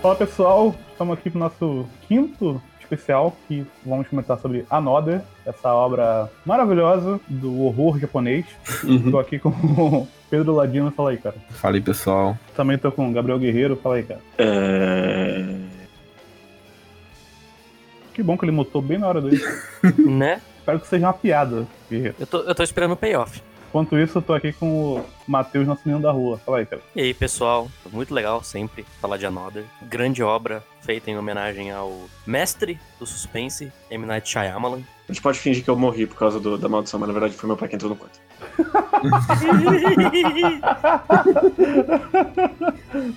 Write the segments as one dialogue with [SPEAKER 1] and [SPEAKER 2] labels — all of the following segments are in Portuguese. [SPEAKER 1] Fala pessoal, estamos aqui para o nosso quinto especial que vamos comentar sobre Another, essa obra maravilhosa do horror japonês. Estou aqui com o Pedro Ladino, fala aí, cara.
[SPEAKER 2] Fala aí, pessoal.
[SPEAKER 1] Também estou com o Gabriel Guerreiro, fala aí, cara.
[SPEAKER 3] É,
[SPEAKER 1] Que bom que ele mutou bem na hora dele.
[SPEAKER 4] Né?
[SPEAKER 1] Espero que seja uma piada, Guerreiro.
[SPEAKER 4] Eu tô, eu tô esperando o payoff.
[SPEAKER 1] Enquanto isso, eu tô aqui com o Matheus, nosso menino da rua. Fala aí, cara.
[SPEAKER 4] E aí, pessoal, muito legal sempre falar de Another. Grande obra feita em homenagem ao mestre do suspense, M. Night Shyamalan.
[SPEAKER 3] A gente pode fingir que eu morri por causa do- da maldição, mas na verdade foi meu pai que entrou no quarto.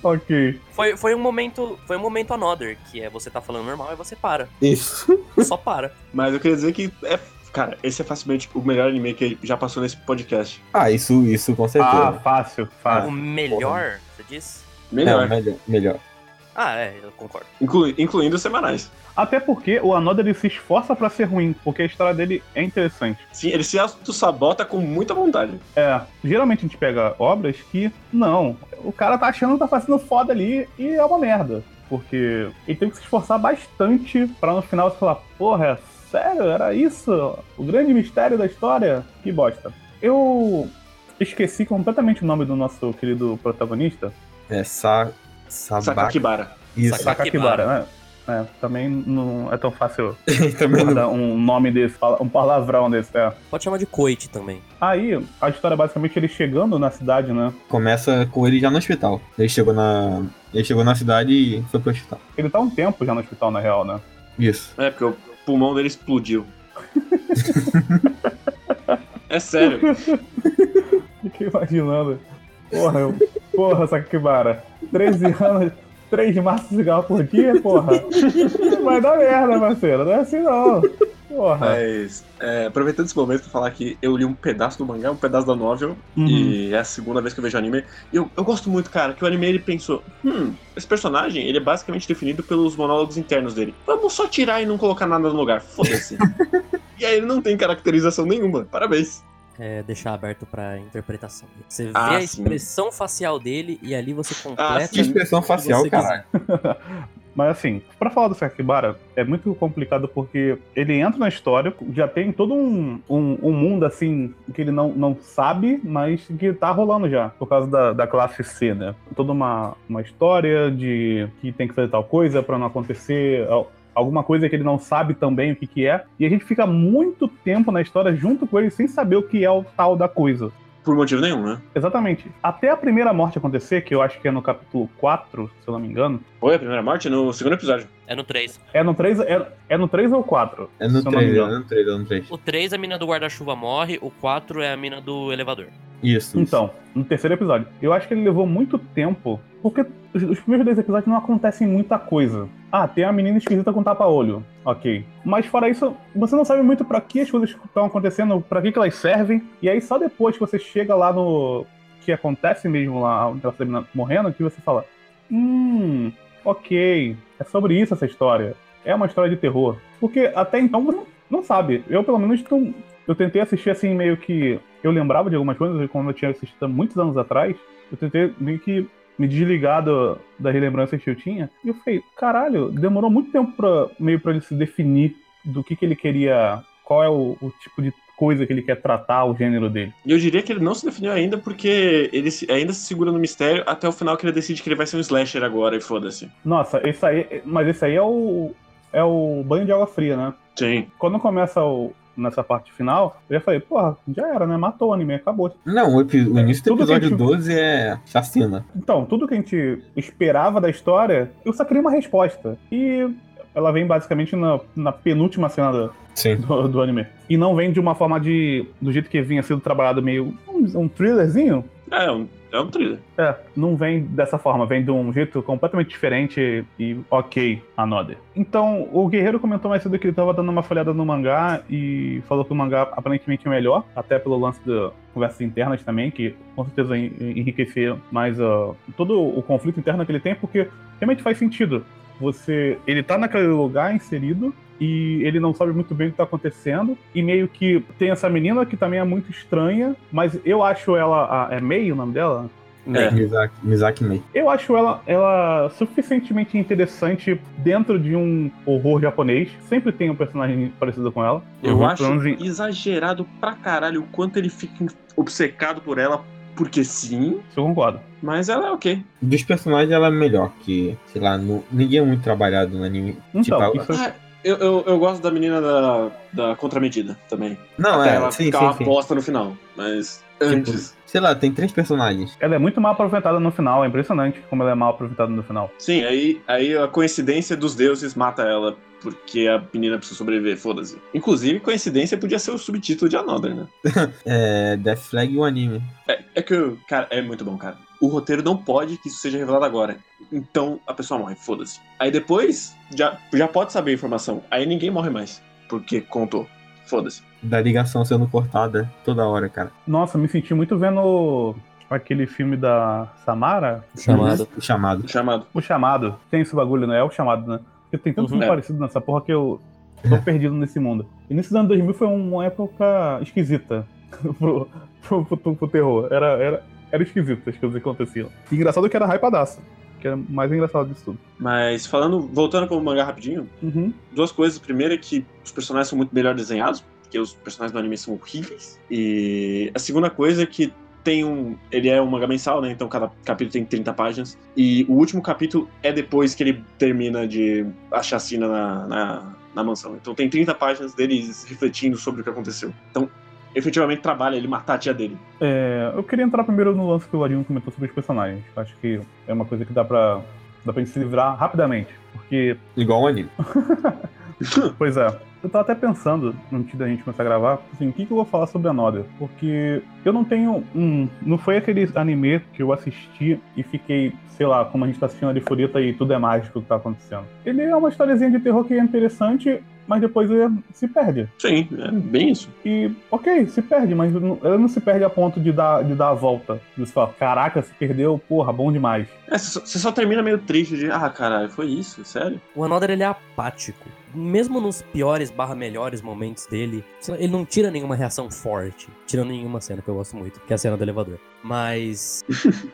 [SPEAKER 1] ok.
[SPEAKER 4] foi, foi um momento, foi um momento Another, que é você tá falando normal e você para.
[SPEAKER 2] Isso.
[SPEAKER 4] Só para.
[SPEAKER 3] Mas eu queria dizer que é. Cara, esse é facilmente o melhor anime que já passou nesse podcast.
[SPEAKER 2] Ah, isso, isso com
[SPEAKER 1] Ah,
[SPEAKER 2] certeza.
[SPEAKER 1] fácil,
[SPEAKER 4] o
[SPEAKER 1] fácil.
[SPEAKER 4] melhor, você diz?
[SPEAKER 2] Não,
[SPEAKER 3] Melhor.
[SPEAKER 2] melhor, melhor.
[SPEAKER 4] Ah, é, eu concordo.
[SPEAKER 3] Inclu- incluindo os semanais.
[SPEAKER 1] Até porque o Anoda ele se esforça pra ser ruim, porque a história dele é interessante.
[SPEAKER 3] Sim, ele se auto-sabota com muita vontade.
[SPEAKER 1] É, geralmente a gente pega obras que não, o cara tá achando que tá fazendo foda ali e é uma merda. Porque ele tem que se esforçar bastante pra no final você falar, porra, é sério, era isso? O grande mistério da história? Que bosta. Eu esqueci completamente o nome do nosso querido protagonista,
[SPEAKER 2] É sa, sabaca.
[SPEAKER 3] Sakakibara.
[SPEAKER 2] Isso.
[SPEAKER 4] Saca-
[SPEAKER 1] Sakakibara, né? É, também não é tão fácil
[SPEAKER 2] Também não.
[SPEAKER 1] guardar um nome desse, fala- um palavrão desse, é.
[SPEAKER 4] Pode chamar de coite também.
[SPEAKER 1] Aí, a história é basicamente ele chegando na cidade, né?
[SPEAKER 2] Começa com ele já no hospital. Ele chegou na, ele chegou na cidade e foi pro hospital.
[SPEAKER 1] Ele tá um tempo já no hospital, na real, né?
[SPEAKER 2] Isso.
[SPEAKER 3] É, porque o pulmão dele explodiu. é sério.
[SPEAKER 1] Fiquei imaginando. Porra, eu... porra, Sakibara. 13 anos, 3 maços de cigarro por dia, porra. Vai dar merda, parceiro. Não é assim não. Porra.
[SPEAKER 3] Mas, é, aproveitando esse momento pra falar que eu li um pedaço do mangá, um pedaço da novel,
[SPEAKER 1] Uhum.
[SPEAKER 3] E é a segunda vez que eu vejo anime. E eu, eu gosto muito, cara, que o anime ele pensou: hum, esse personagem ele é basicamente definido pelos monólogos internos dele. Vamos só tirar e não colocar nada no lugar. Foda-se. e aí ele não tem caracterização nenhuma. Parabéns.
[SPEAKER 4] É, deixar aberto pra interpretação. Você vê
[SPEAKER 3] Ah,
[SPEAKER 4] a
[SPEAKER 3] sim.
[SPEAKER 4] expressão facial dele e ali você completa.
[SPEAKER 3] sim.
[SPEAKER 2] Que expressão facial,
[SPEAKER 4] Você quiser.
[SPEAKER 2] caralho.
[SPEAKER 1] Mas assim, pra falar do Sakibara, é muito complicado porque ele entra na história, já tem todo um, um, um mundo assim que ele não, não sabe, mas que tá rolando já, por causa da, da classe C, né? Toda uma, uma história de que tem que fazer tal coisa pra não acontecer. al- Alguma coisa que ele não sabe também o que, que é. E a gente fica muito tempo na história junto com ele sem saber o que é o tal da coisa.
[SPEAKER 3] Por motivo nenhum, né?
[SPEAKER 1] Exatamente. Até a primeira morte acontecer, que eu acho que é no capítulo 4, se eu não me engano.
[SPEAKER 3] Foi a primeira morte no segundo episódio.
[SPEAKER 4] É no 3.
[SPEAKER 1] É no 3, é, é no 3 ou 4?
[SPEAKER 2] É no
[SPEAKER 1] Seu
[SPEAKER 2] 3,
[SPEAKER 1] nome
[SPEAKER 2] é
[SPEAKER 1] não.
[SPEAKER 2] no 3, é no 3.
[SPEAKER 4] O 3 a mina do guarda-chuva morre, o 4 é a mina do elevador.
[SPEAKER 2] Isso.
[SPEAKER 1] Então, no terceiro episódio. Eu acho que ele levou muito tempo, porque os, os primeiros dois episódios não acontecem muita coisa. Ah, tem a menina esquisita com tapa-olho. Ok. Mas fora isso, você não sabe muito pra que as coisas estão acontecendo, pra que, que elas servem. E aí só depois que você chega lá no. que acontece mesmo lá, onde ela tá morrendo, que você fala: Hum, ok. É sobre isso essa história. É uma história de terror. Porque até então você não- não sabe. Eu, pelo menos, não, eu tentei assistir assim, meio que. Eu lembrava de algumas coisas, como eu tinha assistido há muitos anos atrás. Eu tentei meio que me desligar do- das relembranças que eu tinha. E eu falei, caralho, demorou muito tempo pra, meio pra ele se definir do que, que ele queria. Qual é o, o tipo de coisa que ele quer tratar, o gênero dele.
[SPEAKER 3] E eu diria que ele não se definiu ainda porque ele se- ainda se segura no mistério até o final que ele decide que ele vai ser um slasher agora e foda-se.
[SPEAKER 1] Nossa, esse aí. Mas esse aí é o. É o banho de água fria, né?
[SPEAKER 3] Sim.
[SPEAKER 1] Quando começa o. Nessa parte final, eu já falei, porra, já era, né? Matou o anime, acabou.
[SPEAKER 2] Não, o, epi- o início do
[SPEAKER 1] Tudo que a
[SPEAKER 2] episódio
[SPEAKER 1] gente-
[SPEAKER 2] 12 é assassina.
[SPEAKER 1] Então, tudo que a gente esperava da história, eu só queria uma resposta. E ela vem basicamente na, na penúltima cena do,
[SPEAKER 2] Sim.
[SPEAKER 1] do, do anime. E não vem de uma forma de. do jeito que vinha sendo trabalhado, meio. um, um thrillerzinho.
[SPEAKER 3] É, é um, é um thriller.
[SPEAKER 1] É, não vem dessa forma, vem de um jeito completamente diferente e ok, another. Então, o Guerreiro comentou mais cedo que ele tava dando uma folhada no mangá e falou que o mangá aparentemente é melhor, até pelo lance das conversas internas também, que com certeza en- enriquecer mais ó, todo o conflito interno que ele tem, porque realmente faz sentido. Você, ele tá naquele lugar inserido e ele não sabe muito bem o que tá acontecendo e meio que tem essa menina que também é muito estranha, mas eu acho ela a, é meio o nome dela,
[SPEAKER 4] Mei.
[SPEAKER 2] Mizaki, Mizaki Mei.
[SPEAKER 1] Eu acho ela, ela suficientemente interessante dentro de um horror japonês. Sempre tem um personagem parecido com ela.
[SPEAKER 3] Eu
[SPEAKER 1] Pelo
[SPEAKER 3] acho
[SPEAKER 1] menos em-
[SPEAKER 3] exagerado pra caralho o quanto ele fica obcecado por ela, porque sim,
[SPEAKER 1] Isso eu concordo.
[SPEAKER 3] mas ela é ok.
[SPEAKER 2] Dos personagens, ela é melhor, que, sei lá, no- ninguém é muito trabalhado no anime.
[SPEAKER 1] Então,
[SPEAKER 2] Tipo,
[SPEAKER 1] isso
[SPEAKER 3] Ah, eu, eu, eu gosto da menina da, da contramedida também.
[SPEAKER 2] Não,
[SPEAKER 3] Até
[SPEAKER 2] é,
[SPEAKER 3] ela
[SPEAKER 2] sim,
[SPEAKER 3] ficar
[SPEAKER 2] sim,
[SPEAKER 3] uma
[SPEAKER 2] sim.
[SPEAKER 3] bosta no final. Mas
[SPEAKER 2] Tipo,
[SPEAKER 3] antes.
[SPEAKER 2] sei lá, tem três personagens.
[SPEAKER 1] ela é muito mal aproveitada no final. É impressionante como ela é mal aproveitada no final.
[SPEAKER 3] Sim, aí, aí a coincidência dos deuses mata ela. Porque a menina precisa sobreviver, foda-se. Inclusive, coincidência podia ser o subtítulo de Another, né?
[SPEAKER 2] É, Death Flag e o anime.
[SPEAKER 3] É, é que, o- cara, é muito bom, cara. O roteiro não pode que isso seja revelado agora. Então a pessoa morre, foda-se. Aí depois, já, já pode saber a informação. Aí ninguém morre mais. Porque contou. Foda-se.
[SPEAKER 2] Da ligação sendo cortada toda hora, cara.
[SPEAKER 1] Nossa, me senti muito vendo aquele filme da Samara,
[SPEAKER 4] Chamado.
[SPEAKER 2] O chamado.
[SPEAKER 3] Chamado.
[SPEAKER 1] O Chamado. Tem esse bagulho, né? É o Chamado, né? Porque tem tanto
[SPEAKER 4] Uhum.
[SPEAKER 1] filme
[SPEAKER 3] É.
[SPEAKER 1] parecido nessa porra que eu tô perdido nesse mundo. E nesses anos 2000 foi uma época esquisita pro, pro, pro- pro terror. Era, era, era esquisito as coisas que aconteciam. E engraçado que era hypadaço. Que era o mais engraçado disso tudo.
[SPEAKER 3] Mas falando, voltando pro mangá rapidinho,
[SPEAKER 1] Uhum.
[SPEAKER 3] duas coisas. Primeiro é que os personagens são muito melhor desenhados, porque os personagens do anime são horríveis. E a segunda coisa é que tem um. Ele é um mangá mensal, né? Então cada capítulo tem 30 páginas. E o último capítulo é depois que ele termina de a chacina na, na, na mansão. Então tem 30 páginas deles refletindo sobre o que aconteceu. Então, efetivamente trabalha ele matar a tia dele.
[SPEAKER 1] É, eu queria entrar primeiro no lance que o Ladino comentou sobre os personagens. Acho que é uma coisa que dá pra, dá pra gente se livrar rapidamente. Porque
[SPEAKER 2] Igual o anime.
[SPEAKER 1] Pois é. Eu tava até pensando, antes da gente começar a gravar, assim, o que, que eu vou falar sobre a Noda? Porque eu não tenho um. Não foi aquele anime que eu assisti e fiquei, sei lá, como a gente tá assistindo a de Furita e tudo é mágico que tá acontecendo. Ele é uma historiazinha de terror que é interessante, mas depois é, se perde.
[SPEAKER 3] Sim, é bem isso.
[SPEAKER 1] E, ok, se perde, mas não- ela não se perde a ponto de dar, de dar a volta. De você falar, caraca, se perdeu, porra, bom demais.
[SPEAKER 3] É, você só- você só termina meio triste de, ah, caralho, foi isso? Sério?
[SPEAKER 4] O Another, ele é apático. Mesmo nos piores barra melhores momentos dele, ele não tira nenhuma reação forte. Tirando nenhuma cena que eu gosto muito, que é a cena do elevador. Mas,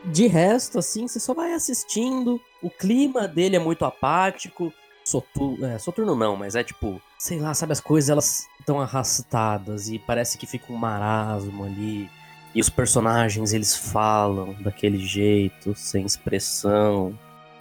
[SPEAKER 4] de resto, assim, você só vai assistindo. O clima dele é muito apático. Soturno, é, soturno não, mas é tipo, sei lá, sabe, as coisas elas estão arrastadas e parece que fica um marasmo ali. E os personagens, eles falam daquele jeito, sem expressão.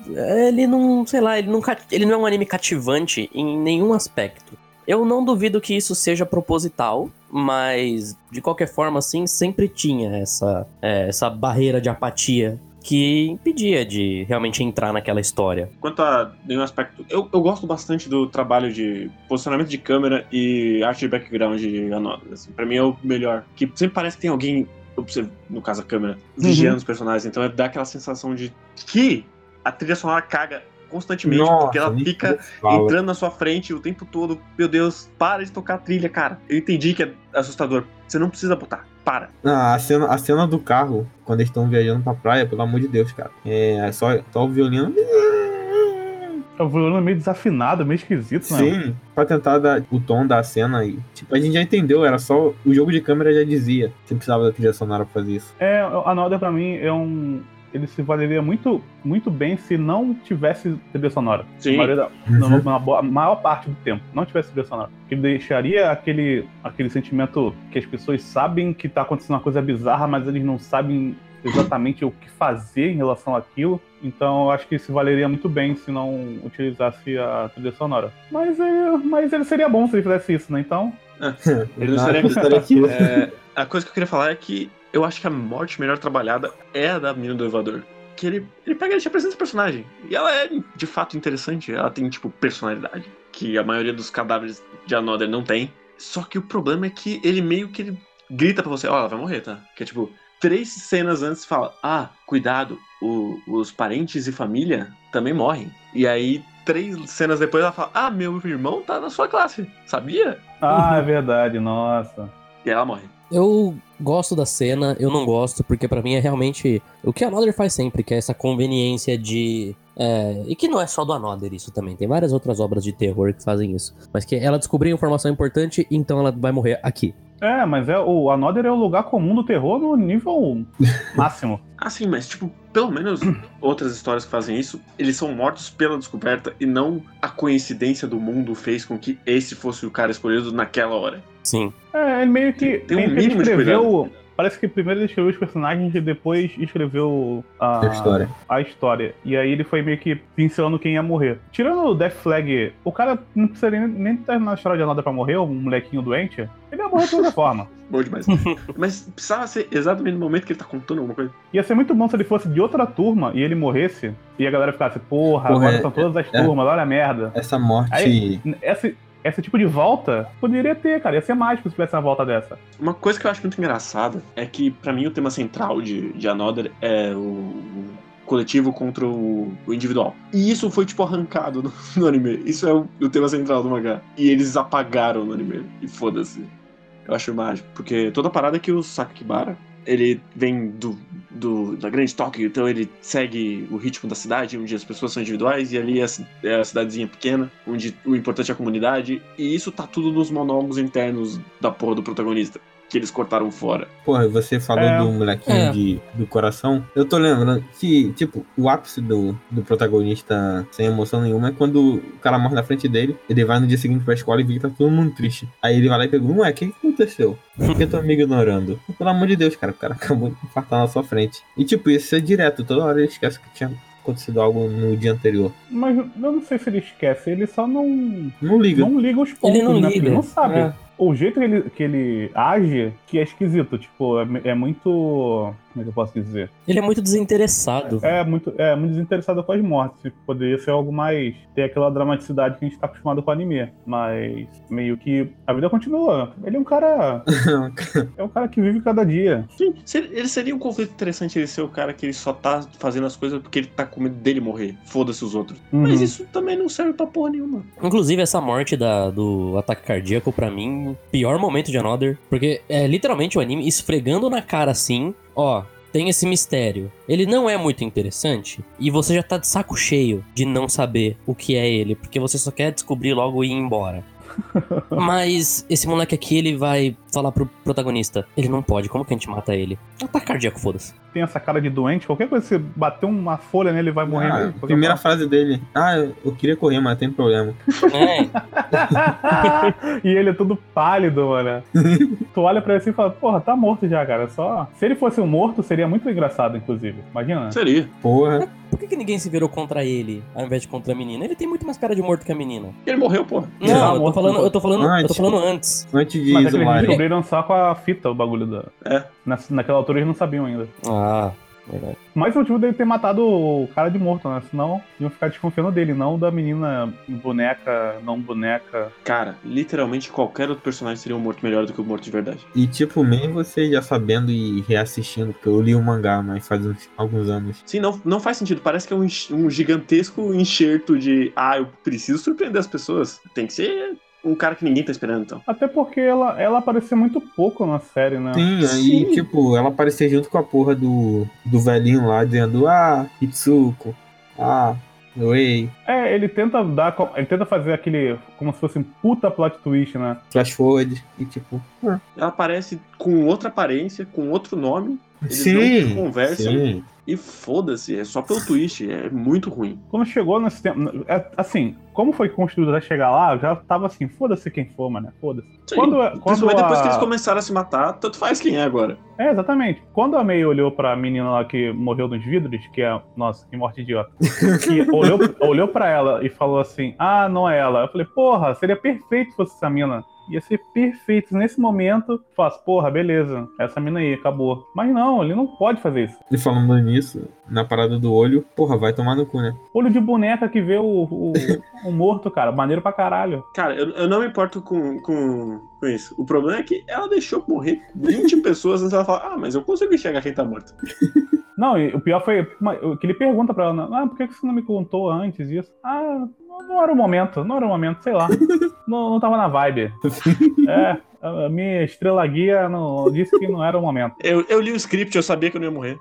[SPEAKER 4] Ele não, sei lá, ele não, ca- ele não é um anime cativante em nenhum aspecto. Eu não duvido que isso seja proposital, mas de qualquer forma, assim, sempre tinha essa, é, essa barreira de apatia que impedia de realmente entrar naquela história.
[SPEAKER 3] Quanto a nenhum aspecto, eu, eu gosto bastante do trabalho de posicionamento de câmera e arte de background de Another. Assim, pra mim é o melhor. Que sempre parece que tem alguém, observ- no caso a câmera,
[SPEAKER 2] Uhum.
[SPEAKER 3] vigiando os personagens. Então é dá aquela sensação de que a trilha sonora caga constantemente, porque ela
[SPEAKER 2] nem
[SPEAKER 3] fica
[SPEAKER 2] fala.
[SPEAKER 3] entrando na sua frente o tempo todo. Meu Deus, para de tocar a trilha, cara. Eu entendi que é assustador. Você não precisa botar. Para.
[SPEAKER 2] Ah, a, cena, a cena do carro, quando eles estão viajando pra praia, pelo amor de Deus, cara. É só, só o violino.
[SPEAKER 1] É um violino meio desafinado, meio esquisito, né?
[SPEAKER 2] Sim, pra tentar dar o tom da cena e Tipo, a gente já entendeu, era só. O jogo de câmera já dizia. Você precisava da trilha sonora pra fazer isso.
[SPEAKER 1] É, a Noda pra mim é um. Ele se valeria muito, muito bem se não tivesse trilha sonora.
[SPEAKER 3] Sim.
[SPEAKER 1] Na, maioria da-
[SPEAKER 2] Uhum.
[SPEAKER 1] na- na boa- maior parte do tempo, não tivesse trilha sonora. Porque deixaria aquele, aquele sentimento que as pessoas sabem que tá acontecendo uma coisa bizarra, mas eles não sabem exatamente o que fazer em relação àquilo. Então eu acho que se valeria muito bem se não utilizasse a trilha sonora. Mas, é, mas ele seria bom se ele fizesse isso, né? Então.
[SPEAKER 3] Ele não estaria-
[SPEAKER 2] aqui.
[SPEAKER 3] É, a coisa que eu queria falar é que eu acho que a morte melhor trabalhada é a da menina do elevador. Que ele, ele pega e te apresenta o personagem. E ela é, de fato, interessante. Ela tem, tipo, personalidade. Que a maioria dos cadáveres de Another não tem. Só que o problema é que ele meio que ele grita pra você, ó, ela vai morrer, tá? Que é tipo, três cenas antes fala, ah, cuidado, o- os parentes e família também morrem. E aí, três cenas depois ela fala, ah, meu irmão tá na sua classe, sabia?
[SPEAKER 1] Ah, é verdade, nossa.
[SPEAKER 3] E aí ela morre.
[SPEAKER 4] Eu gosto da cena, eu não gosto, porque pra mim é realmente o que a Another faz sempre, que é essa conveniência de. é, e que não é só do Another isso também, tem várias outras obras de terror que fazem isso. Mas que ela descobriu informação importante, então ela vai morrer aqui.
[SPEAKER 1] É, mas é, o Another é o lugar comum do terror no nível máximo.
[SPEAKER 3] Ah, sim, mas, tipo, pelo menos outras histórias que fazem isso, eles são mortos pela descoberta e não a coincidência do mundo fez com que esse fosse o cara escolhido naquela hora.
[SPEAKER 4] Sim.
[SPEAKER 1] É, ele meio que.
[SPEAKER 3] Tem um
[SPEAKER 1] meio que
[SPEAKER 3] mínimo de
[SPEAKER 1] escreveu. Parece que primeiro ele escreveu os personagens e depois escreveu a,
[SPEAKER 2] a história.
[SPEAKER 1] a história. E aí ele foi meio que pincelando quem ia morrer. Tirando o Death Flag, o cara não precisa nem, nem terminar a história de nada pra morrer, um molequinho doente. Ele ia morrer de qualquer forma.
[SPEAKER 3] Bom demais. mas precisava ser exatamente no momento que ele tá contando alguma coisa.
[SPEAKER 1] Ia ser muito bom se ele fosse de outra turma e ele morresse e a galera ficasse, porra,
[SPEAKER 2] Porra,
[SPEAKER 1] agora
[SPEAKER 2] é-
[SPEAKER 1] são todas as
[SPEAKER 2] é.
[SPEAKER 1] turmas, olha a merda.
[SPEAKER 2] Essa morte.
[SPEAKER 1] Aí- Esse, esse tipo de volta poderia ter, cara. Ia ser mágico se tivesse uma volta dessa.
[SPEAKER 3] Uma coisa que eu acho muito engraçada é que, pra mim, o tema central de, de Another é o, o coletivo contra o, o individual. E isso foi, tipo, arrancado no, no anime. Isso é o, o tema central do mangá. E eles apagaram no anime. E foda-se. Eu acho mágico. Porque toda parada é que o Sakibara, ele vem do, do- da grande Tóquio, então ele segue o ritmo da cidade, onde as pessoas são individuais, e ali é a, ci- é a cidadezinha pequena, onde o importante é a comunidade. E isso tá tudo nos monólogos internos da porra do protagonista, que eles cortaram fora.
[SPEAKER 2] Porra, você falou
[SPEAKER 1] É.
[SPEAKER 2] do molequinho
[SPEAKER 4] É.
[SPEAKER 2] de, do coração. Eu tô lembrando que, tipo, o ápice do, do protagonista sem emoção nenhuma é quando o cara morre na frente dele, ele vai no dia seguinte pra escola e vê que tá todo mundo triste. Aí ele vai lá e pergunta, ué, o que que aconteceu? Por que tu tá me ignorando? Pelo amor de Deus, cara, o cara acabou de infartar na sua frente. E, tipo, isso é direto, toda hora ele esquece que tinha acontecido algo no dia anterior.
[SPEAKER 1] Mas eu não sei se ele esquece, ele só não,
[SPEAKER 2] Não liga.
[SPEAKER 1] não liga os pontos,
[SPEAKER 4] não
[SPEAKER 1] né?
[SPEAKER 4] liga.
[SPEAKER 1] Ele não sabe.
[SPEAKER 2] É.
[SPEAKER 1] O jeito que ele, que ele age que é esquisito, tipo, é, é muito. Como é que eu posso dizer?
[SPEAKER 4] Ele é muito desinteressado.
[SPEAKER 1] É muito, é muito desinteressado com as mortes. tipo, Poderia ser algo mais. ter aquela dramaticidade que a gente tá acostumado com o anime. Mas meio que a vida continua. Ele é um cara. é um cara que vive cada dia.
[SPEAKER 3] Sim, se- ele seria um conflito interessante ele ser o cara que ele só tá fazendo as coisas porque ele tá com medo dele morrer. Foda-se os outros. Mas
[SPEAKER 1] Uhum.
[SPEAKER 3] isso também não serve pra porra nenhuma.
[SPEAKER 4] Inclusive, essa morte da- do ataque cardíaco, pra mim, o pior momento de Another. Porque é literalmente o anime esfregando na cara assim, ó. Tem esse mistério. Ele não é muito interessante e você já tá de saco cheio de não saber o que é ele, porque você só quer descobrir logo e ir embora. Mas esse moleque aqui, ele vai falar pro protagonista: ele não pode, como que a gente mata ele? Ataque cardíaco, foda-se.
[SPEAKER 1] Tem essa cara de doente, qualquer coisa, você bater uma folha nele, ele vai morrer.
[SPEAKER 2] Ah,
[SPEAKER 1] mesmo, qualquer
[SPEAKER 2] primeira
[SPEAKER 1] coisa.
[SPEAKER 2] frase dele, ah, eu eu queria correr, mas tem problema.
[SPEAKER 4] É,
[SPEAKER 1] e ele é todo pálido, mano. tu olha pra ele assim e fala, porra, tá morto já, cara. Só. Se ele fosse um morto, seria muito engraçado, inclusive. Imagina.
[SPEAKER 2] é
[SPEAKER 3] Seria.
[SPEAKER 2] Porra.
[SPEAKER 4] por que, que ninguém se virou contra ele ao invés de contra a menina? Ele tem muito mais cara de morto que a menina.
[SPEAKER 3] Ele morreu, porra.
[SPEAKER 1] Ele tá
[SPEAKER 4] Não, eu tô
[SPEAKER 1] morto,
[SPEAKER 4] falando,
[SPEAKER 1] não
[SPEAKER 4] eu tô falando, eu tô
[SPEAKER 2] Antes.
[SPEAKER 4] falando antes.
[SPEAKER 2] Antes de
[SPEAKER 1] Mas é que eles
[SPEAKER 2] isolar.
[SPEAKER 1] descobriram só com a fita o bagulho da.
[SPEAKER 3] É.
[SPEAKER 1] Na, naquela altura eles não sabiam ainda.
[SPEAKER 4] Ah, verdade.
[SPEAKER 1] Mas o motivo dele ter matado o cara de morto, né? Senão iam ficar desconfiando dele, não da menina boneca, não boneca.
[SPEAKER 3] Cara, literalmente qualquer outro personagem seria um morto melhor do que o morto de verdade.
[SPEAKER 2] E tipo, mesmo você já sabendo e reassistindo, porque eu li o mangá, mas faz uns- alguns anos.
[SPEAKER 3] Sim, não, não faz sentido. Parece que é um, enx- um gigantesco enxerto de. Ah, eu preciso surpreender as pessoas. Tem que ser um cara que ninguém tá esperando, então.
[SPEAKER 1] Até porque ela, ela aparecia muito pouco na série, né?
[SPEAKER 2] Sim, aí
[SPEAKER 3] Sim.
[SPEAKER 2] tipo, ela aparecia junto com a porra do, do velhinho lá, dizendo, ah, Itsuko, ah, Wei,
[SPEAKER 1] É, ele tenta dar. co- Ele tenta fazer aquele. como se fosse um puta plot twist, né?
[SPEAKER 2] Flash Forward, e tipo, ah,
[SPEAKER 3] Ela aparece com outra aparência, com outro nome. Eles
[SPEAKER 2] sim,
[SPEAKER 3] não conversam.
[SPEAKER 2] sim.
[SPEAKER 3] E foda-se, é só pelo twist. É muito ruim.
[SPEAKER 1] Quando chegou nesse tempo. é, Assim, como foi construído até chegar lá, eu já tava assim, foda-se quem for, mano. Foda-se.
[SPEAKER 3] Sim.
[SPEAKER 1] Quando, é, quando
[SPEAKER 3] Principalmente depois
[SPEAKER 1] a-
[SPEAKER 3] que eles começaram a se matar, tanto faz quem é agora.
[SPEAKER 1] É, exatamente. Quando a May olhou pra menina lá que morreu nos vidros, que é. Nossa, que morte idiota. Que olhou, olhou pra ela e falou assim: Ah, não é ela. Eu falei: Porra, seria perfeito se fosse essa mina. Ia ser perfeito. Nesse momento, faço, porra, beleza. Essa mina aí, acabou. Mas não, ele não pode fazer isso.
[SPEAKER 2] E falando nisso, na parada do olho, porra, vai tomar no cu, né?
[SPEAKER 1] Olho de boneca que vê o, o, o morto, cara. Maneiro pra caralho.
[SPEAKER 3] Cara, eu, eu não me importo com, com, com isso. O problema é que ela deixou morrer 20 pessoas antes ela falar, ah, mas eu consigo enxergar quem tá morto.
[SPEAKER 1] Não, e o pior foi ma- o que ele pergunta pra ela, ah, por que que você não me contou antes isso? Ah, não não era o momento, não era o momento, sei lá. não, não tava na vibe. é, a a minha estrela guia não, disse que não era o momento.
[SPEAKER 3] Eu, eu li o script, eu sabia que eu não ia morrer.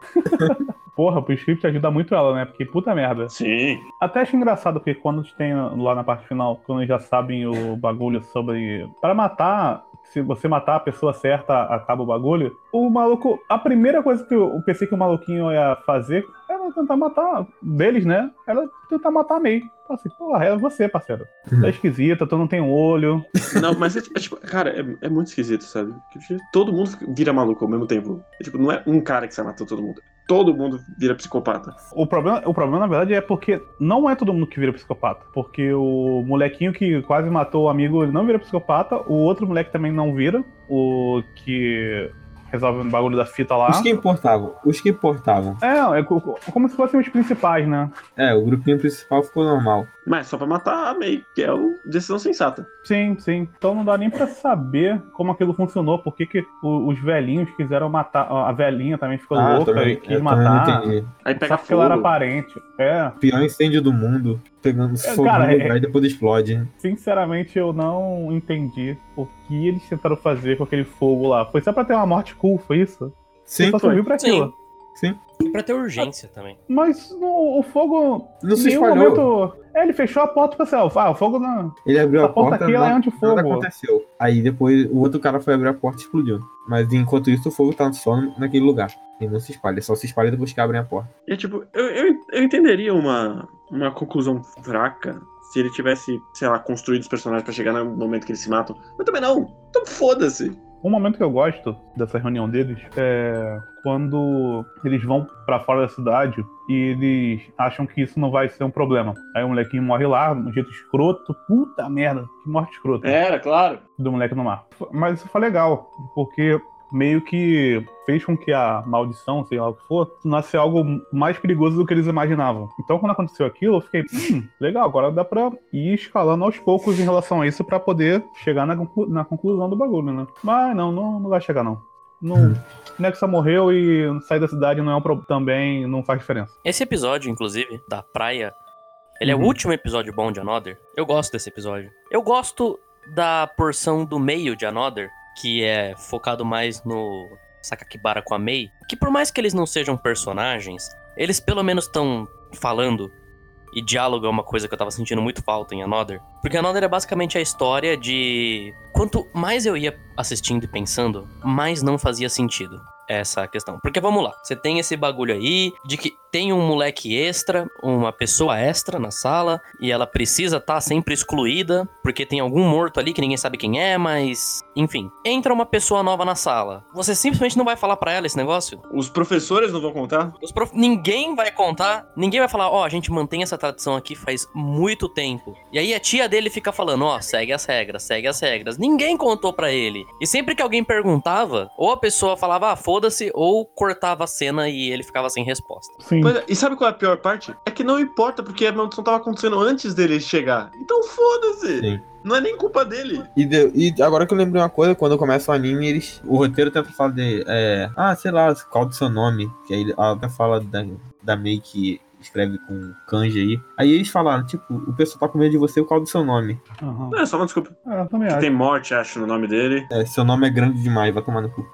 [SPEAKER 1] Porra, pro script ajuda muito ela, né? Porque puta merda.
[SPEAKER 3] Sim.
[SPEAKER 1] Até acho engraçado, porque quando tem lá na parte final, quando eles já sabem o bagulho sobre. Pra matar, se você matar a pessoa certa, acaba o bagulho. O maluco, a primeira coisa que eu pensei que o maluquinho ia fazer era tentar matar deles, né? Era tentar matar a May. Falei assim, porra, é você, parceiro. Tá esquisita, tu não tem um olho.
[SPEAKER 3] Não, mas é, tipo- é tipo, cara, é, é muito esquisito, sabe? Porque Todo mundo fica- vira maluco ao mesmo tempo. É, tipo, não é um cara que sai matando todo mundo. Todo mundo vira psicopata.
[SPEAKER 1] O problema, o problema, na verdade, é porque não é todo mundo que vira psicopata. Porque o molequinho que quase matou o amigo, ele não vira psicopata. O outro moleque também não vira. O que resolve o bagulho da fita lá.
[SPEAKER 2] Os que importavam, os que importavam.
[SPEAKER 1] É, é co- como se fossem os principais, né?
[SPEAKER 2] É, o grupinho principal ficou normal.
[SPEAKER 3] Mas só pra matar a May, que é o decisão sensata.
[SPEAKER 1] Sim, sim. Então não dá nem pra saber como aquilo funcionou, por que que o- os velhinhos quiseram matar. A velhinha também ficou louca e
[SPEAKER 2] Ah, eu
[SPEAKER 1] quis matar.
[SPEAKER 2] é, não entendi.
[SPEAKER 3] Aí pega
[SPEAKER 1] Só porque ela era
[SPEAKER 3] fogo.
[SPEAKER 1] parente. É,
[SPEAKER 2] Pior incêndio do mundo, pegando fogo
[SPEAKER 1] cara,
[SPEAKER 2] no
[SPEAKER 1] é-
[SPEAKER 2] lugar e depois explode.
[SPEAKER 1] sinceramente eu não entendi o que eles tentaram fazer com aquele fogo lá. Foi só pra ter uma morte cool, foi isso?
[SPEAKER 2] Sim,
[SPEAKER 1] só
[SPEAKER 3] foi.
[SPEAKER 1] serviu pra aquilo.
[SPEAKER 4] Sim. E pra ter urgência também.
[SPEAKER 1] Mas no- o fogo.
[SPEAKER 2] não
[SPEAKER 1] em
[SPEAKER 2] se
[SPEAKER 1] nenhum
[SPEAKER 2] espalhou.
[SPEAKER 1] momento. É, ele fechou a porta pra céu. Ah, o fogo não.
[SPEAKER 2] Ele abriu a,
[SPEAKER 1] Essa porta aqui ela é
[SPEAKER 2] nada,
[SPEAKER 1] antifogo.
[SPEAKER 2] nada aconteceu. Aí depois o outro cara foi abrir a porta e explodiu. Mas enquanto isso o fogo tá só naquele lugar. E não se espalha, só se espalha depois que abrem a porta.
[SPEAKER 3] E é tipo, eu, eu, eu entenderia uma, uma conclusão fraca se ele tivesse, sei lá, construído os personagens pra chegar no momento que eles se matam. Mas também não. Então foda-se.
[SPEAKER 1] Um momento que eu gosto dessa reunião deles é quando eles vão pra fora da cidade e eles acham que isso não vai ser um problema. Aí o molequinho morre lá, de um jeito escroto. Puta merda, que morte escrota
[SPEAKER 3] Era, claro.
[SPEAKER 1] do moleque no mar. Mas isso foi legal, porque meio que fez com que a maldição, sei lá o que for, nasce algo mais perigoso do que eles imaginavam. Então, quando aconteceu aquilo, eu fiquei, hum, legal, agora dá pra ir escalando aos poucos em relação a isso pra poder chegar na, conclu- na conclusão do bagulho, né? Mas não, não, não vai chegar, não. Não,
[SPEAKER 2] Hum.
[SPEAKER 1] o Nexa morreu e sair da cidade não é um problema também, não faz diferença.
[SPEAKER 4] Esse episódio, inclusive, da praia, ele é
[SPEAKER 1] Uhum.
[SPEAKER 4] o último episódio bom de Another. Eu gosto desse episódio. Eu gosto da porção do meio de Another, que é focado mais no Sakakibara com a Mei, que por mais que eles não sejam personagens, eles pelo menos estão falando. E diálogo é uma coisa que eu tava sentindo muito falta em Another. Porque Another é basicamente a história de. Quanto mais eu ia assistindo e pensando, mais não fazia sentido essa questão. Porque vamos lá, você tem esse bagulho aí de que tem um moleque extra, uma pessoa extra na sala, e ela precisa estar sempre excluída, porque tem algum morto ali que ninguém sabe quem é, mas. Enfim. Entra uma pessoa nova na sala. Você simplesmente não vai falar pra ela esse negócio?
[SPEAKER 3] Os professores não vão contar?
[SPEAKER 4] Os prof- Ninguém vai contar, ninguém vai falar, ó, a gente mantém essa tradição aqui faz muito tempo. E aí a tia dele fica falando, ó, segue as regras, segue as regras. Ninguém contou pra ele. E sempre que alguém perguntava, ou a pessoa falava, ah, foda-se, ou cortava a cena e ele ficava sem resposta.
[SPEAKER 1] Sim.
[SPEAKER 3] Pois é, e sabe qual é a pior parte? É que não importa, porque a maldição tava acontecendo antes dele chegar. Então foda-se.
[SPEAKER 2] Sim.
[SPEAKER 3] Não é nem culpa dele.
[SPEAKER 2] E, deu- e agora que eu lembrei uma coisa, quando começa o anime, eles. O roteiro até fala de. é, ah, sei lá, qual do seu nome? Que aí ela até fala da, da May que escreve com kanji aí. Aí eles falaram, tipo, o pessoal tá com medo de você, qual do seu nome?
[SPEAKER 1] Aham.
[SPEAKER 3] Não, é só uma desculpa.
[SPEAKER 1] É, eu também
[SPEAKER 3] Que
[SPEAKER 1] acho.
[SPEAKER 3] tem morte, acho, no nome dele.
[SPEAKER 2] É, seu nome é grande demais, vai tomar no cu.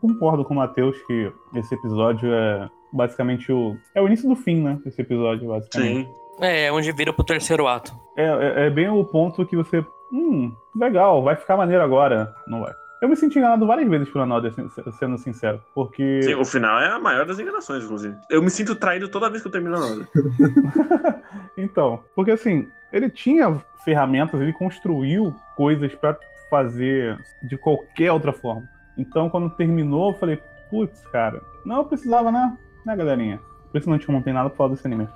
[SPEAKER 1] Concordo com o Matheus que esse episódio é basicamente o. É o início do fim, né? Esse episódio, basicamente.
[SPEAKER 3] Sim.
[SPEAKER 4] É, onde vira pro terceiro ato.
[SPEAKER 1] É, é, é bem o ponto que você. Hum, legal, vai ficar maneiro agora. Não vai. Eu me senti enganado várias vezes por Anoda, sin- sendo sincero. Porque.
[SPEAKER 3] Sim, o final é a maior das enganações, inclusive. Eu me sinto traído toda vez que eu termino a novela.
[SPEAKER 1] então, porque assim, ele tinha ferramentas, ele construiu coisas pra fazer de qualquer outra forma. Então, quando terminou, eu falei, putz, cara, não precisava, né? Né, galerinha? Por isso não tinha- não tem nada pra falar desse anime.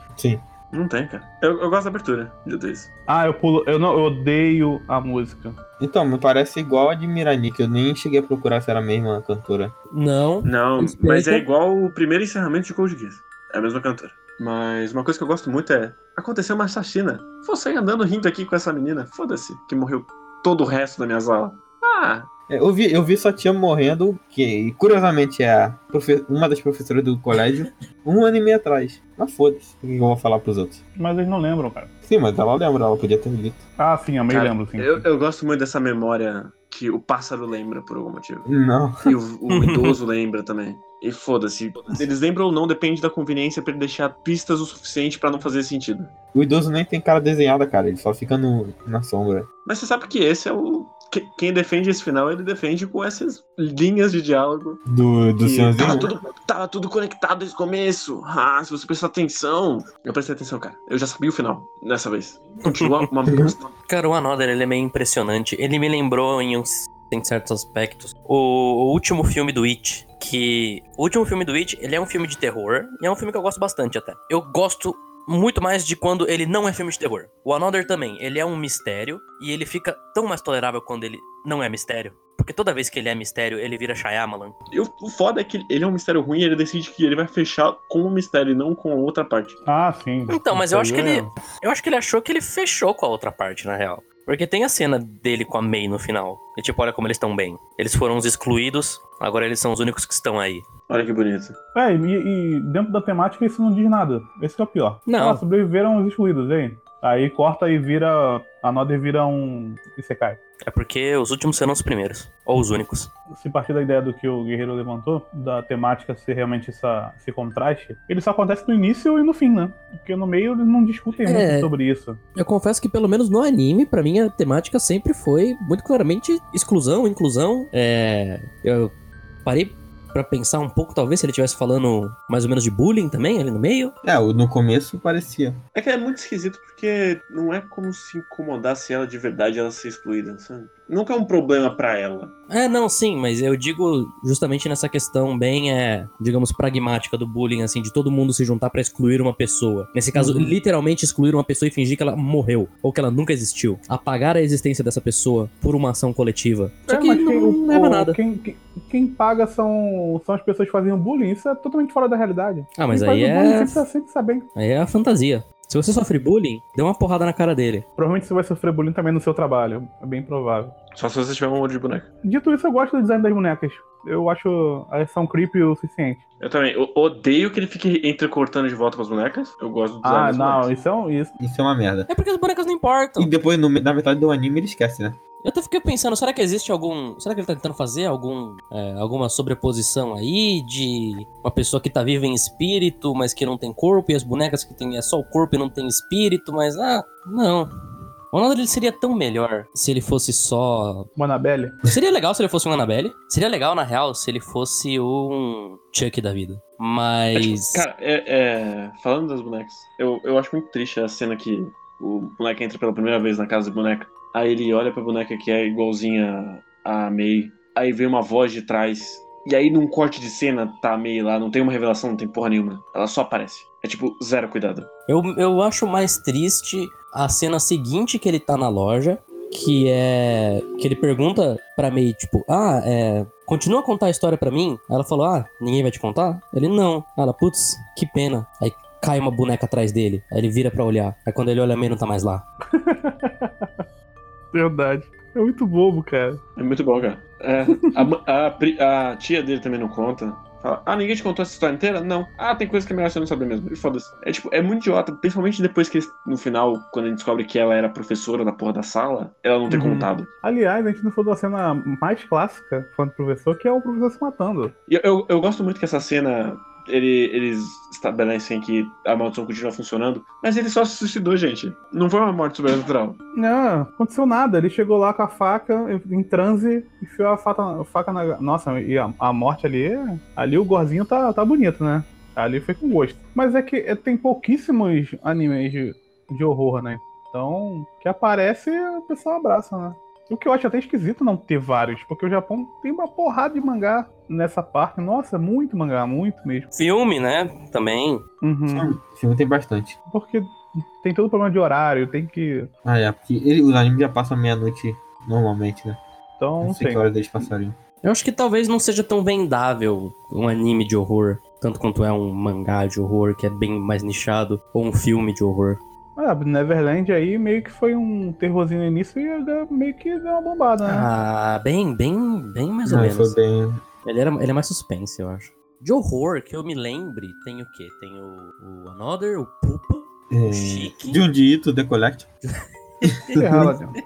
[SPEAKER 3] Não tem, cara. Eu, eu gosto da abertura de tudo isso.
[SPEAKER 1] Ah, eu pulo. Eu, não, eu odeio a música.
[SPEAKER 2] Então, me parece igual a de Mirani, que eu nem cheguei a procurar se era a mesma cantora.
[SPEAKER 4] Não.
[SPEAKER 3] Não,
[SPEAKER 4] Respeita.
[SPEAKER 3] mas é igual o primeiro encerramento de Cold Geass. É a mesma cantora. Mas uma coisa que eu gosto muito é... Aconteceu uma assassina. Vou sair andando rindo aqui com essa menina. Foda-se. Que morreu todo o resto da minha sala. Ah,
[SPEAKER 2] É, eu, vi, eu vi sua tia morrendo, que curiosamente é a profe- uma das professoras do colégio, um ano e meio atrás. Mas foda-se, o que eu vou falar pros outros?
[SPEAKER 1] Mas eles não lembram, cara.
[SPEAKER 2] Sim, mas ela lembra, ela podia ter dito.
[SPEAKER 1] Ah, sim, a May
[SPEAKER 3] Cara,
[SPEAKER 1] lembra, sim.
[SPEAKER 3] eu, eu gosto muito dessa memória que o pássaro lembra por algum motivo.
[SPEAKER 2] Não.
[SPEAKER 3] E o, o idoso lembra também. E foda-se. Eles lembram ou não, depende da conveniência pra ele deixar pistas o suficiente pra não fazer sentido.
[SPEAKER 2] O idoso nem tem cara desenhada, cara. Ele só fica no, na sombra.
[SPEAKER 3] Mas você sabe que esse é o que- quem defende esse final, ele defende com essas linhas de diálogo.
[SPEAKER 2] Do, do
[SPEAKER 3] que
[SPEAKER 2] senhorzinho.
[SPEAKER 3] tava, tudo, tava tudo conectado desde o começo. Ah, se você prestar atenção. Eu prestei atenção, cara. Eu já sabia o final dessa vez. Continua uma bosta.
[SPEAKER 4] Cara, o Another, ele é meio impressionante. Ele me lembrou em uns em certos aspectos o, o último filme do It, que o último filme do It, ele é um filme de terror, e é um filme que eu gosto bastante até. Eu gosto muito mais de quando ele não é filme de terror. O Another também, ele é um mistério e ele fica tão mais tolerável quando ele não é mistério, porque toda vez que ele é mistério, ele vira Shyamalan.
[SPEAKER 3] E o, o foda é que ele é um mistério ruim e ele decide que ele vai fechar com o mistério e não com a outra parte.
[SPEAKER 1] Ah, sim.
[SPEAKER 4] Então, mas eu
[SPEAKER 1] Isso
[SPEAKER 4] acho
[SPEAKER 1] aí
[SPEAKER 4] que
[SPEAKER 1] é-
[SPEAKER 4] ele- Eu acho que ele achou que ele fechou com a outra parte, na real. Porque tem a cena dele com a May no final. E tipo, olha como eles estão bem. Eles foram os excluídos, agora eles são os únicos que estão aí.
[SPEAKER 3] Olha que bonito.
[SPEAKER 1] É, e, e dentro da temática isso não diz nada. Esse que é o pior.
[SPEAKER 4] Não.
[SPEAKER 1] Ah, sobreviveram os excluídos, hein? Aí corta e vira. A Nodder vira um. E você cai.
[SPEAKER 4] É porque os últimos serão os primeiros. Ou os únicos.
[SPEAKER 1] Se partir da ideia do que o Guerreiro levantou, da temática ser realmente essa, esse contraste, ele só acontece no início e no fim, né? Porque no meio eles não discutem
[SPEAKER 5] É.
[SPEAKER 1] muito sobre isso.
[SPEAKER 5] Eu confesso que, pelo menos no anime, pra mim a temática sempre foi muito claramente exclusão, inclusão. É, eu parei pra pensar um pouco, talvez, se ele estivesse falando mais ou menos de bullying também ali no meio.
[SPEAKER 2] É, o- no começo parecia.
[SPEAKER 3] É que é muito esquisito porque não é como se incomodasse ela de verdade ela ser excluída, sabe? Nunca é um problema pra ela.
[SPEAKER 5] É,
[SPEAKER 4] Não, sim, mas eu digo justamente nessa questão bem, é, digamos, pragmática do bullying, assim, de todo mundo se juntar pra excluir uma pessoa. Nesse caso,
[SPEAKER 5] Uhum.
[SPEAKER 4] literalmente excluir uma pessoa e fingir que ela morreu, ou que ela nunca existiu. Apagar a existência dessa pessoa por uma ação coletiva. Só
[SPEAKER 1] É,
[SPEAKER 4] que
[SPEAKER 1] mas
[SPEAKER 4] não
[SPEAKER 1] quem- o-
[SPEAKER 4] leva a
[SPEAKER 1] o-
[SPEAKER 4] nada.
[SPEAKER 1] Quem, quem, quem paga são, são as pessoas que fazem o bullying. Isso é totalmente fora da realidade.
[SPEAKER 4] Ah, mas
[SPEAKER 1] quem
[SPEAKER 4] aí
[SPEAKER 1] faz o bullying
[SPEAKER 4] é,
[SPEAKER 1] sempre tá sempre sabendo.
[SPEAKER 4] aí é a fantasia. Se você sofre bullying, dê uma porrada na cara dele.
[SPEAKER 1] Provavelmente você vai sofrer bullying também no seu trabalho. É bem provável.
[SPEAKER 3] Só se você tiver um monte de boneca.
[SPEAKER 1] Dito isso, eu gosto do design das bonecas. Eu acho elas são creepy o suficiente.
[SPEAKER 3] Eu também. Eu odeio que ele fique entrecortando de volta com as bonecas. Eu gosto do design
[SPEAKER 1] Ah,
[SPEAKER 3] das
[SPEAKER 1] não,
[SPEAKER 3] bonecas.
[SPEAKER 1] isso é um. Isso.
[SPEAKER 2] Isso é uma merda.
[SPEAKER 4] É porque as bonecas não importam.
[SPEAKER 2] E depois, no me- na metade do anime, ele esquece, né?
[SPEAKER 4] Eu até fiquei pensando, será que existe algum. Será que ele tá tentando fazer algum, é, alguma sobreposição aí de uma pessoa que tá viva em espírito, mas que não tem corpo, e as bonecas que tem é só o corpo e não tem espírito, mas ah, não. O Ronaldo ele seria tão melhor se ele fosse só.
[SPEAKER 1] Monabelle.
[SPEAKER 4] Seria legal se ele fosse um Annabelle. Seria legal, na real, se ele fosse um Chuck da vida. Mas.
[SPEAKER 3] tipo, Cara, é, é, falando das bonecas, eu, eu acho muito triste a cena que o boneca entra pela primeira vez na casa da boneca. Aí ele olha pra boneca que é igualzinha a May. Aí vem uma voz de trás. E aí num corte de cena tá a May lá, não tem uma revelação, não tem porra nenhuma. Ela só aparece. É tipo, zero cuidado.
[SPEAKER 4] Eu, eu acho mais triste a cena seguinte que ele tá na loja, que é. que ele pergunta pra May, tipo, ah, é. Continua a contar a história pra mim? Ela falou, ah, ninguém vai te contar? Ele, não. Ela, putz, que pena. Aí cai uma boneca atrás dele. Aí ele vira pra olhar. Aí quando ele olha, a May não tá mais lá.
[SPEAKER 1] Verdade. É muito bobo, cara.
[SPEAKER 3] É muito bom, cara. É, a ma- a, pri- a tia dele também não conta. Fala, ah, ninguém te contou essa história inteira? Não. Ah, tem coisa que é melhor você não saber mesmo. E foda-se. É tipo, é muito idiota, principalmente depois que eles- no final, quando a gente descobre que ela era professora da porra da sala, ela não tem
[SPEAKER 1] Uhum.
[SPEAKER 3] contado.
[SPEAKER 1] Aliás, a gente não falou da cena mais clássica falando do professor, que é o professor se matando.
[SPEAKER 3] E eu, eu, eu gosto muito que essa cena. ele- eles estabelecem que a maldição continua funcionando, mas ele só se suicidou, gente. Não foi uma morte sobrenatural.
[SPEAKER 1] Não, aconteceu nada. Ele chegou lá com a faca, em transe, enfiou a faca, a faca na. Nossa, e a, a morte ali. é- Ali o gorzinho tá, tá bonito, né? Ali foi com gosto. Mas é que é, tem pouquíssimos animes de, de horror, né? Então, que aparece, o pessoal abraça, né? O que eu acho até esquisito não ter vários, porque o Japão tem uma porrada de mangá nessa parte. Nossa, muito mangá, muito mesmo.
[SPEAKER 4] Filme, né? Também.
[SPEAKER 1] Uhum.
[SPEAKER 2] Filme, filme tem bastante.
[SPEAKER 1] Porque tem todo o problema de horário, tem que.
[SPEAKER 2] Ah, é, porque ele, os animes já passam meia-noite normalmente, né?
[SPEAKER 1] Então,
[SPEAKER 2] Não
[SPEAKER 1] não
[SPEAKER 2] sei
[SPEAKER 1] tem.
[SPEAKER 2] que hora deles passarem.
[SPEAKER 4] Eu acho que talvez não seja tão vendável um anime de horror. Tanto quanto é um mangá de horror, que é bem mais nichado, ou um filme de horror.
[SPEAKER 1] Ah, Neverland aí meio que foi um terrorzinho no início e agora meio que deu uma bombada, né?
[SPEAKER 4] Ah, bem, bem, bem mais ou
[SPEAKER 2] Não,
[SPEAKER 4] menos.
[SPEAKER 2] foi bem.
[SPEAKER 4] Ele, era, ele é mais suspense, eu acho. De horror, que eu me lembre, tem o quê? Tem o, o Another, o Pupa,
[SPEAKER 2] É...
[SPEAKER 4] Chique.
[SPEAKER 2] De um dito, The Collect.
[SPEAKER 1] Ferrar lá dentro.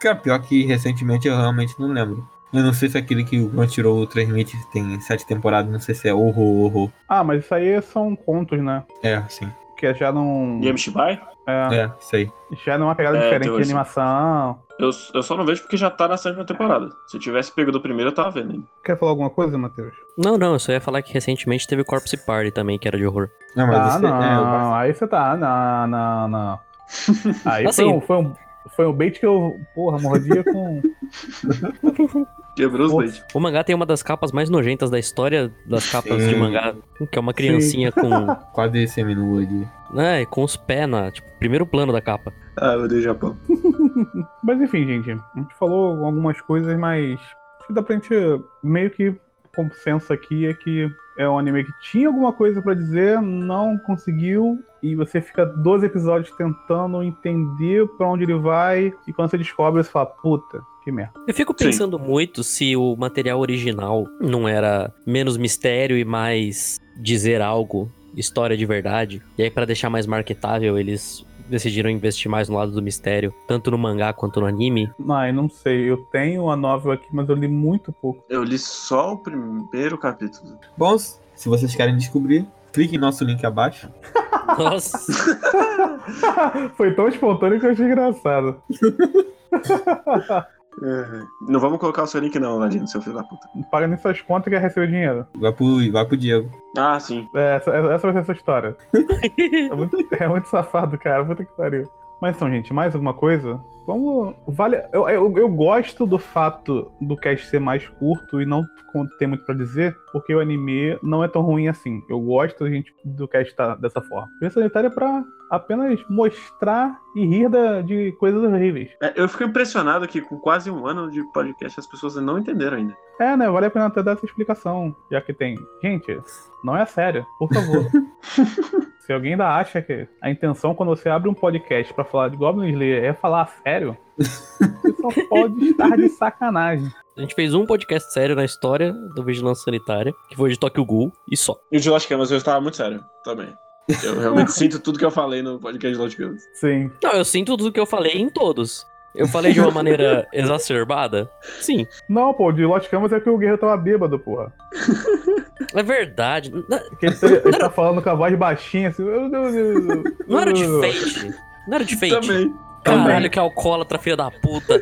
[SPEAKER 2] Cara, pior que recentemente eu realmente não lembro. Eu não sei se aquele que o Gon tirou o transmite tem sete temporadas, não sei se é horror, horror.
[SPEAKER 1] Ah, mas isso aí são contos, né?
[SPEAKER 2] É, sim.
[SPEAKER 1] Que já não.
[SPEAKER 3] Yamishibai?
[SPEAKER 1] É,
[SPEAKER 2] É, isso aí.
[SPEAKER 1] já não é uma pegada
[SPEAKER 3] É,
[SPEAKER 1] diferente de
[SPEAKER 3] terrorzinho.
[SPEAKER 1] animação.
[SPEAKER 3] Eu, eu só não vejo porque já tá na sétima temporada. Se eu tivesse pego do primeiro, eu tava vendo. ainda.
[SPEAKER 1] Quer falar alguma coisa, Matheus?
[SPEAKER 4] Não, não, eu só ia falar que recentemente teve Corpse Party também, que era de horror.
[SPEAKER 2] Não, mas
[SPEAKER 1] Ah,
[SPEAKER 2] esse- é, o Barça-
[SPEAKER 1] não, aí você tá, não, não, não. Aí
[SPEAKER 4] Assim-
[SPEAKER 1] foi, um, foi, um, foi um bait que eu, porra, mordia com...
[SPEAKER 3] Quebrou os
[SPEAKER 1] Nossa.
[SPEAKER 3] leite.
[SPEAKER 4] O mangá tem uma das capas mais nojentas da história das capas
[SPEAKER 2] Sim.
[SPEAKER 4] de mangá, que é uma criancinha com,
[SPEAKER 2] quase seminu ali.
[SPEAKER 4] né, com os pés na, tipo, primeiro plano da capa.
[SPEAKER 3] Ah, eu odeio Japão.
[SPEAKER 1] Mas enfim, gente, a gente falou algumas coisas, mas acho que dá pra gente meio que consenso aqui é que é um anime que tinha alguma coisa pra dizer, não conseguiu, e você fica 12 episódios tentando entender pra onde ele vai, e quando você descobre, você fala, puta, que merda.
[SPEAKER 4] Eu fico
[SPEAKER 3] Sim.
[SPEAKER 4] pensando muito se o material original não era menos mistério e mais dizer algo, história de verdade. E aí pra deixar mais marketável, eles decidiram investir mais no lado do mistério, tanto no mangá quanto no anime.
[SPEAKER 1] Ai, não sei, eu tenho a novel aqui, mas eu li muito pouco.
[SPEAKER 3] Eu li só o primeiro capítulo.
[SPEAKER 2] Bom, se vocês querem descobrir, clique em nosso link abaixo.
[SPEAKER 4] Nossa,
[SPEAKER 1] Foi tão espontâneo que eu achei engraçado.
[SPEAKER 3] Não vamos colocar o seu link não, Ladino, seu filho da puta.
[SPEAKER 1] Não Paga nem suas contas e quer receber dinheiro.
[SPEAKER 2] Vai pro, vai pro Diego.
[SPEAKER 3] Ah, sim.
[SPEAKER 1] É, essa, essa vai ser a sua história. É muito, é muito safado, cara. Puta que pariu. Mas então, gente, mais alguma coisa? Vamos. Vale. Eu, eu, eu gosto do fato do cast ser mais curto e não con- ter muito pra dizer, porque o anime não é tão ruim assim. Eu gosto gente, do cast tá, dessa forma. Preço sanitário é pra apenas mostrar e rir da- de coisas horríveis.
[SPEAKER 3] É, Eu fico impressionado que com quase um ano de podcast as pessoas não entenderam ainda.
[SPEAKER 1] É, né? Vale a pena até dar essa explicação, já que tem. Gente, não é sério, por favor. Se alguém ainda acha que a intenção quando você abre um podcast pra falar de Goblin Slayer é falar a sério, você só pode estar de sacanagem.
[SPEAKER 4] a gente fez um podcast sério na história do Vigilância Sanitária, que foi de Tokyo Ghoul, e só.
[SPEAKER 3] E o de Lost Canvas eu estava muito sério também. Eu realmente sinto tudo que eu falei no podcast de Lost Canvas.
[SPEAKER 1] Sim.
[SPEAKER 4] Não, eu sinto tudo que eu falei em todos. Eu falei de uma maneira exacerbada? Sim.
[SPEAKER 1] Não, pô, de Lost Canvas é que o Guerreiro tava bêbado, porra.
[SPEAKER 4] É verdade. N-
[SPEAKER 1] Porque ele, ele tá falando com a voz baixinha assim. "Meu Deus, meu Deus".
[SPEAKER 4] Não era de fake. Não era de fake.
[SPEAKER 3] Uh. Também.
[SPEAKER 4] Caralho, que alcoólatra, filha da puta.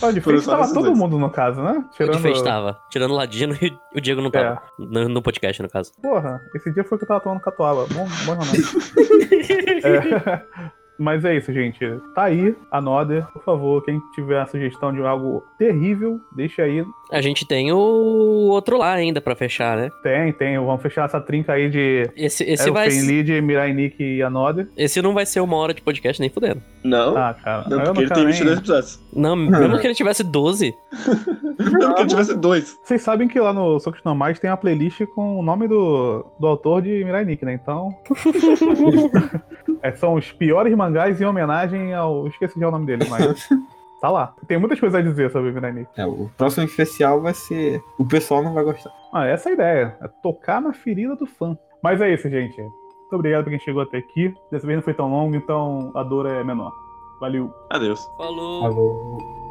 [SPEAKER 1] Tá, de
[SPEAKER 3] Foram
[SPEAKER 1] frente
[SPEAKER 3] só
[SPEAKER 1] tava
[SPEAKER 3] esses
[SPEAKER 1] todo
[SPEAKER 3] dois.
[SPEAKER 1] mundo no caso, né?
[SPEAKER 4] O
[SPEAKER 1] Tirando.
[SPEAKER 4] de fake tava. Tirando o Ladino e o Diego não
[SPEAKER 1] É,
[SPEAKER 4] tava. No, no podcast, no caso.
[SPEAKER 1] Porra, esse dia foi que eu tava tomando catuaba. Bom, bom não. é. Mas é isso, gente. Tá aí a Noder. Por favor, quem tiver a sugestão de algo terrível, deixa aí.
[SPEAKER 4] A gente tem o outro lá ainda pra fechar, né?
[SPEAKER 1] Tem, tem. Vamos fechar essa trinca aí de
[SPEAKER 4] Esse, esse, vai,
[SPEAKER 1] Elfen Lead, Mirai Nick e a Noder.
[SPEAKER 4] esse não vai ser uma hora de podcast nem fudendo.
[SPEAKER 3] Não.
[SPEAKER 1] Ah, cara.
[SPEAKER 3] Não,
[SPEAKER 1] eu
[SPEAKER 3] porque ele
[SPEAKER 1] quero
[SPEAKER 3] tem né?
[SPEAKER 1] nem-
[SPEAKER 3] 22 episódios.
[SPEAKER 4] Não,
[SPEAKER 1] Uhum.
[SPEAKER 4] mesmo que ele tivesse 12.
[SPEAKER 3] Não, porque ele tivesse dois.
[SPEAKER 1] Vocês sabem que lá no Socos Normais tem uma playlist com o nome do, do autor de Mirai Nick, né? Então. É, são os piores mangás em homenagem ao. Esqueci já o nome dele, mas. Tá lá. Tem muitas coisas a dizer sobre Mirai Nick.
[SPEAKER 2] É, o próximo especial vai ser. O pessoal não vai gostar.
[SPEAKER 1] Ah, essa é a ideia. É tocar na ferida do fã. Mas é isso, gente. Muito obrigado pra quem chegou até aqui. Dessa vez não foi tão longo, então a dor é menor. Valeu.
[SPEAKER 3] Adeus.
[SPEAKER 4] Falou.
[SPEAKER 2] Falou.